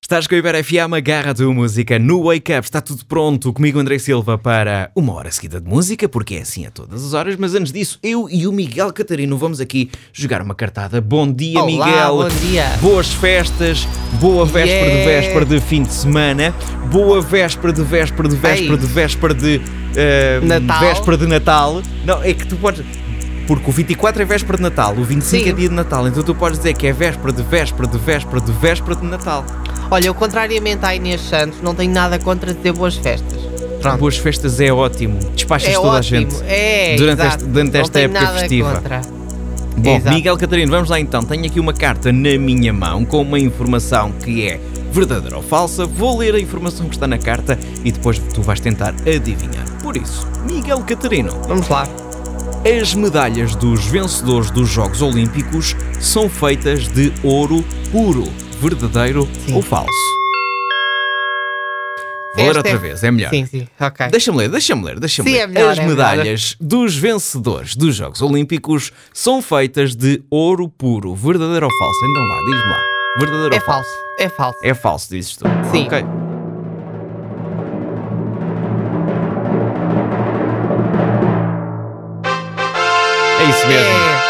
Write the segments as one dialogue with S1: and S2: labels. S1: Estás com a Iber FM, agarra a tua música no Wake Up. Está tudo pronto comigo, André Silva, para uma hora seguida de música, porque é assim a todas as horas. Mas antes disso, eu e o Miguel Catarino vamos aqui jogar uma cartada. Bom dia,
S2: Olá,
S1: Miguel.
S2: bom dia.
S1: Boas festas, boa véspera de
S2: Yeah.
S1: véspera de fim de semana, boa véspera de véspera de véspera
S2: Ei.
S1: de véspera de. eh,
S2: Natal.
S1: Véspera de Natal. Não, é que tu podes. Porque o 24 é véspera de Natal, o 25
S2: Sim.
S1: é dia de Natal, então tu podes dizer que é véspera de véspera de véspera de véspera de Natal.
S2: Olha, eu contrariamente à Inês Santos, não tenho nada contra dizer boas festas. Pronto.
S1: Boas festas é ótimo. Despachas
S2: é
S1: toda
S2: ótimo.
S1: a gente.
S2: É,
S1: durante
S2: exato.
S1: este- durante
S2: Não
S1: esta
S2: tenho
S1: época
S2: nada
S1: festiva.
S2: Contra.
S1: Bom,
S2: Exato.
S1: Miguel Catarino, vamos lá então. Tenho aqui uma carta na minha mão com uma informação que é verdadeira ou falsa. Vou ler a informação que está na carta e depois tu vais tentar adivinhar. Por isso, Miguel Catarino,
S2: Vamos lá.
S1: as medalhas dos vencedores dos Jogos Olímpicos são feitas de ouro puro. Verdadeiro
S2: Sim.
S1: ou falso? Vou ler
S2: Esta
S1: outra
S2: é-
S1: vez, é melhor.
S2: Sim, sim, ok.
S1: Deixa-me ler, deixa-me ler, deixa-me
S2: Sim,
S1: ler.
S2: é melhor,
S1: As
S2: é
S1: medalhas dos vencedores dos Jogos Olímpicos são feitas de ouro puro, verdadeiro ou falso? Então vá, diz-me lá. Verdadeiro
S2: É
S1: ou falso?
S2: falso, é falso.
S1: É falso, dizes tu.
S2: Sim.
S1: Ok. É isso mesmo.
S2: É.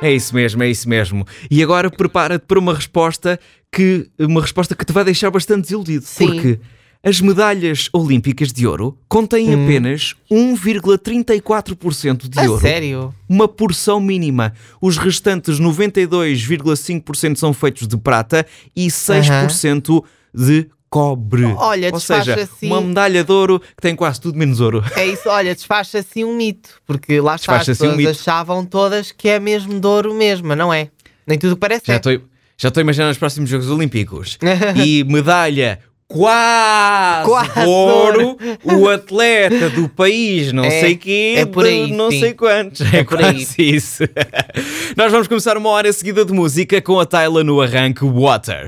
S1: É isso mesmo, é isso mesmo. E agora prepara-te para uma resposta que uma resposta que te vai deixar bastante desiludido,
S2: Sim.
S1: porque as medalhas olímpicas de ouro contêm apenas 1,34% de
S2: Hum. A
S1: ouro,
S2: sério?
S1: uma porção mínima. Os restantes 92,5% são feitos de prata e 6% de cobre.
S2: Olha, assim.
S1: Ou seja,
S2: despacha-se-
S1: uma medalha de ouro que tem quase tudo menos ouro.
S2: É isso, olha, desfaz-se assim um mito, porque lá está, as
S1: Desfaz-se assim um
S2: pessoas
S1: mito.
S2: achavam todas que é mesmo de ouro mesmo, não é? Nem tudo parece
S1: Já
S2: é.
S1: estou já estou a imaginar os próximos Jogos Olímpicos. e medalha quase,
S2: Quase
S1: ouro, o atleta do país, não
S2: É,
S1: sei quê,
S2: é por
S1: de
S2: aí,
S1: não
S2: sim.
S1: sei quantos. É,
S2: por aí.
S1: quase isso. Nós vamos começar uma hora seguida de música com a Tyla no arranque Water.